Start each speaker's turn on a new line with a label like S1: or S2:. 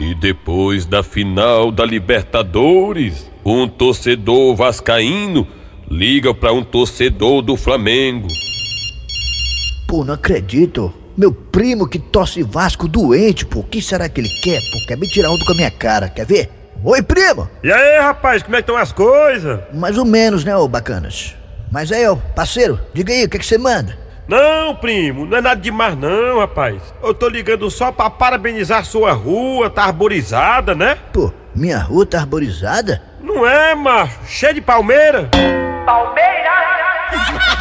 S1: E depois da final da Libertadores, um torcedor vascaíno liga para um torcedor do Flamengo.
S2: Pô, não acredito. Meu primo que tosse Vasco doente, pô. O que será que ele quer, pô? Quer me tirar onda com a minha cara, quer ver? Oi, primo!
S3: E aí, rapaz, como é que estão as coisas?
S2: Mais ou menos, né, ô bacanas? Mas aí, ô, parceiro, diga aí, o que é que você manda?
S3: Não, primo, não é nada demais não, rapaz. Eu tô ligando só pra parabenizar sua rua, tá arborizada, né?
S2: Pô, minha rua tá arborizada?
S3: Não é, macho? Cheia de palmeira.
S4: Palmeiras!